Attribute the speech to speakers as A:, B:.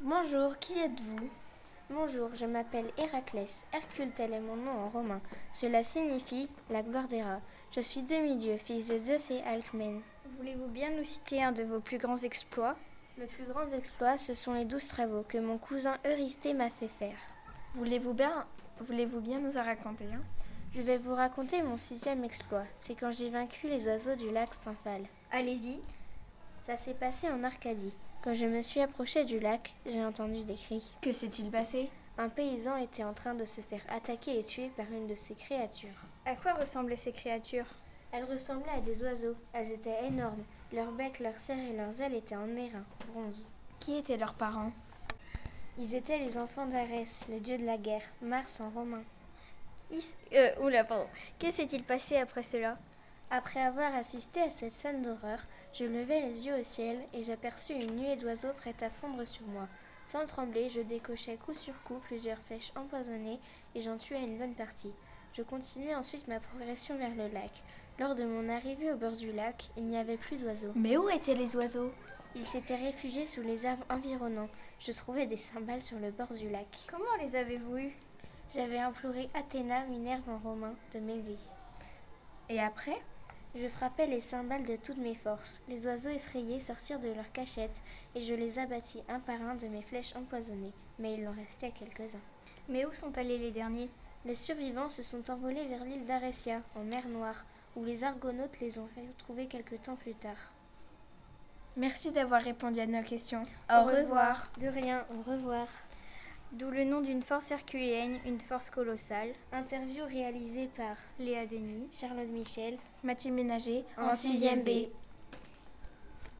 A: Bonjour, qui êtes-vous
B: Bonjour, je m'appelle Héraclès. Hercule, tel est mon nom en romain. Cela signifie la gloire d'Héra. Je suis demi-dieu, fils de Zeus et Alcmène.
C: Voulez-vous bien nous citer un de vos plus grands exploits
B: Mes plus grands exploits, ce sont les douze travaux que mon cousin Eurysthée m'a fait faire.
A: Voulez-vous bien, voulez-vous bien nous en raconter un
B: Je vais vous raconter mon sixième exploit. C'est quand j'ai vaincu les oiseaux du lac Stymphale.
C: Allez-y.
B: Ça s'est passé en Arcadie. Quand je me suis approchée du lac, j'ai entendu des cris.
A: Que s'est-il passé
B: Un paysan était en train de se faire attaquer et tuer par une de ces créatures.
C: À quoi ressemblaient ces créatures
B: Elles ressemblaient à des oiseaux. Elles étaient énormes. Leur bec, leurs serres et leurs ailes étaient en airain, bronze.
A: Qui étaient leurs parents
B: Ils étaient les enfants d'Arès, le dieu de la guerre, Mars en romain.
C: Qui s- euh, oula, pardon. Que s'est-il passé après cela
B: Après avoir assisté à cette scène d'horreur, je levai les yeux au ciel et j'aperçus une nuée d'oiseaux prête à fondre sur moi. Sans trembler, je décochai coup sur coup plusieurs flèches empoisonnées et j'en tuai une bonne partie. Je continuai ensuite ma progression vers le lac. Lors de mon arrivée au bord du lac, il n'y avait plus d'oiseaux.
A: Mais où étaient les oiseaux
B: Ils s'étaient réfugiés sous les arbres environnants. Je trouvai des cymbales sur le bord du lac.
C: Comment les avez-vous eus
B: J'avais imploré Athéna, Minerve en romain, de m'aider.
A: Et après
B: Je frappai les cymbales de toutes mes forces. Les oiseaux effrayés sortirent de leur cachette et je les abattis un par un de mes flèches empoisonnées, mais il en restait quelques-uns.
C: Mais où sont allés les derniers
B: Les survivants se sont envolés vers l'île d'Arecia, en mer Noire, où les argonautes les ont retrouvés quelque temps plus tard.
A: Merci d'avoir répondu à nos questions.
B: De rien, au revoir.
C: D'où le nom d'une force herculéenne, une force colossale,
B: Interview réalisée par
C: Léa Denis.
B: Charlotte Michel.
A: Mathilde Ménager,
B: En sixième B.